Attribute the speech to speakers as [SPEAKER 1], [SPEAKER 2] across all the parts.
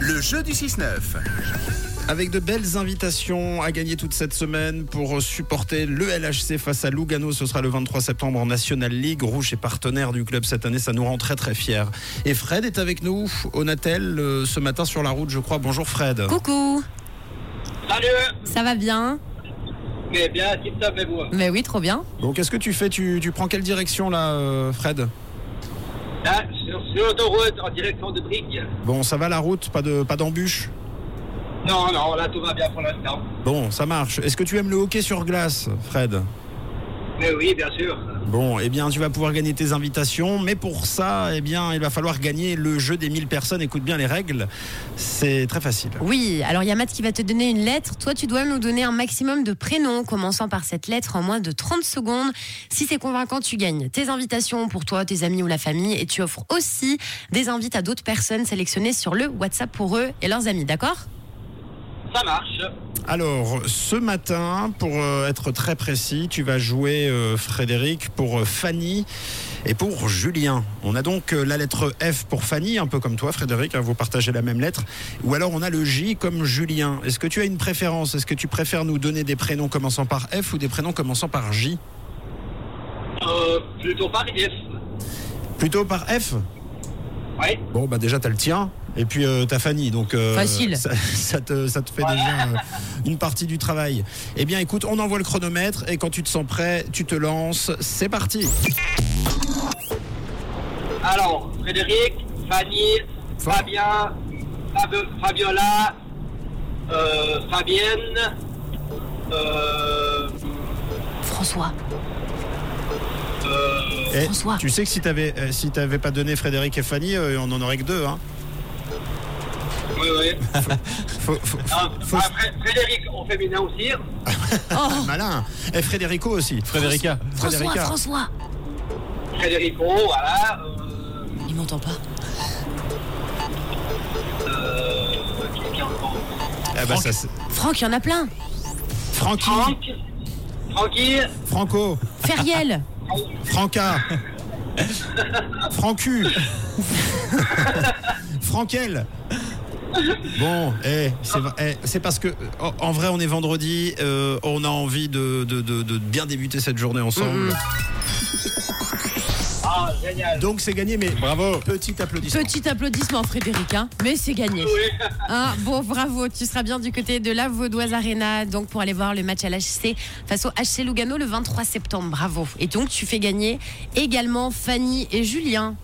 [SPEAKER 1] Le jeu du 6-9.
[SPEAKER 2] Avec de belles invitations à gagner toute cette semaine pour supporter le LHC face à Lugano. Ce sera le 23 septembre en National League. Rouge est partenaire du club cette année. Ça nous rend très très fiers. Et Fred est avec nous au Natel euh, ce matin sur la route, je crois. Bonjour Fred.
[SPEAKER 3] Coucou,
[SPEAKER 4] Salut
[SPEAKER 3] ça va bien
[SPEAKER 4] Mais bien, tip top et vous
[SPEAKER 3] Mais oui, trop bien.
[SPEAKER 2] Bon, qu'est-ce que tu fais tu, tu prends quelle direction là, euh, Fred
[SPEAKER 4] Là, hein, sur, sur l'autoroute en direction de Brigue.
[SPEAKER 2] Bon, ça va la route Pas de pas d'embûche
[SPEAKER 4] Non, non, là tout va bien pour l'instant.
[SPEAKER 2] Bon, ça marche. Est-ce que tu aimes le hockey sur glace, Fred
[SPEAKER 4] Mais oui, bien sûr.
[SPEAKER 2] Bon, eh bien, tu vas pouvoir gagner tes invitations, mais pour ça, eh bien, il va falloir gagner le jeu des 1000 personnes. Écoute bien les règles, c'est très facile.
[SPEAKER 3] Oui, alors il y a Matt qui va te donner une lettre. Toi, tu dois nous donner un maximum de prénoms, commençant par cette lettre en moins de 30 secondes. Si c'est convaincant, tu gagnes tes invitations pour toi, tes amis ou la famille. Et tu offres aussi des invites à d'autres personnes sélectionnées sur le WhatsApp pour eux et leurs amis, d'accord
[SPEAKER 4] Ça marche.
[SPEAKER 2] Alors, ce matin, pour euh, être très précis, tu vas jouer euh, Frédéric pour euh, Fanny et pour Julien. On a donc euh, la lettre F pour Fanny, un peu comme toi, Frédéric, hein, vous partagez la même lettre. Ou alors on a le J comme Julien. Est-ce que tu as une préférence Est-ce que tu préfères nous donner des prénoms commençant par F ou des prénoms commençant par J
[SPEAKER 4] Euh, plutôt Paris F.
[SPEAKER 2] Plutôt par F
[SPEAKER 4] Oui.
[SPEAKER 2] Bon, bah déjà, t'as le tien. Et puis euh, t'as Fanny, donc euh,
[SPEAKER 3] Facile.
[SPEAKER 2] Ça, ça te, ça te fait déjà euh, une partie du travail. Eh bien écoute, on envoie le chronomètre et quand tu te sens prêt, tu te lances, c'est parti.
[SPEAKER 4] Alors, Frédéric, Fanny,
[SPEAKER 2] Fort.
[SPEAKER 4] Fabien, Fab- Fabiola, euh, Fabienne, euh,
[SPEAKER 3] François,
[SPEAKER 4] euh,
[SPEAKER 2] Eh,
[SPEAKER 3] François.
[SPEAKER 2] tu sais que si t'avais euh, si t'avais pas donné Frédéric et Fanny, euh, on en aurait que deux. Hein.
[SPEAKER 4] oui, oui.
[SPEAKER 2] Faut- faut-
[SPEAKER 4] Ah,
[SPEAKER 2] faut-
[SPEAKER 4] ah, Fré- Frédéric, on féminin aussi.
[SPEAKER 3] Oh,
[SPEAKER 2] malin. Et Frédérico aussi.
[SPEAKER 5] Frédérica.
[SPEAKER 3] François,
[SPEAKER 2] Frédérica.
[SPEAKER 3] François.
[SPEAKER 4] Frédérico, voilà. Euh,
[SPEAKER 3] Il m'entend pas.
[SPEAKER 4] euh, qui- qui encore
[SPEAKER 2] Ah bah, ça, c'est-
[SPEAKER 3] Franck, il y en a plein.
[SPEAKER 2] Francky,
[SPEAKER 4] Franck, Francky,
[SPEAKER 2] Franco,
[SPEAKER 3] Feriel,
[SPEAKER 2] Franca, Francu, Frankel. Bon, eh, c'est va- eh, c'est parce que en- en vrai on est vendredi, euh, on a envie de, de- de- de bien débuter cette journée ensemble.
[SPEAKER 4] Ah, génial.
[SPEAKER 2] Donc c'est gagné, mais bravo, petit applaudissement.
[SPEAKER 3] petit applaudissement Frédéric, hein. mais c'est gagné.
[SPEAKER 4] Oui.
[SPEAKER 3] Ah, bon, bravo. Tu seras bien du côté de la Vaudoise Arena donc pour aller voir le match à l'HC face au HC Lugano le 23 septembre. Bravo. Et donc, tu fais gagner également Fanny et Julien.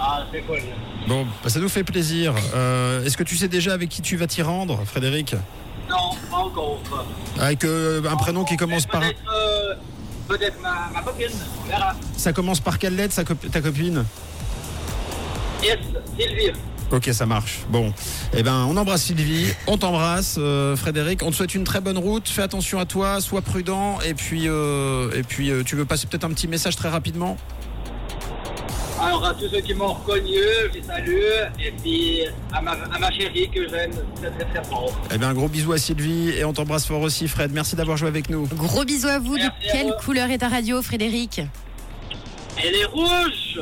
[SPEAKER 4] Ah, c'est cool.
[SPEAKER 2] Bon, bah, ça nous fait plaisir. Euh, Est-ce que tu sais déjà avec qui tu vas t'y rendre, Frédéric
[SPEAKER 4] Non, pas encore.
[SPEAKER 2] Avec euh, un prénom qui commence par.
[SPEAKER 4] Peut-être euh, peut-être ma, ma copine, on verra.
[SPEAKER 2] Ça commence par quelle lettre, sa cop- ta copine
[SPEAKER 4] Yes, Sylvie.
[SPEAKER 2] Ok, ça marche. Bon, eh ben, on embrasse Sylvie, on t'embrasse, euh, Frédéric. On te souhaite une très bonne route. Fais attention à toi, sois prudent. Et puis, euh, et puis, euh, tu veux passer peut-être un petit message très rapidement
[SPEAKER 4] Alors, à tous ceux qui m'ont reconnu, je les salue. Et puis, à ma, à ma chérie que j'aime très très très fort.
[SPEAKER 2] Eh bien, un gros bisou à Sylvie et on t'embrasse fort aussi, Fred. Merci d'avoir joué avec nous.
[SPEAKER 3] Gros bisous à vous.
[SPEAKER 4] Merci
[SPEAKER 3] De
[SPEAKER 4] à
[SPEAKER 3] quelle
[SPEAKER 4] vous.
[SPEAKER 3] couleur est ta radio, Frédéric
[SPEAKER 4] Elle est rouge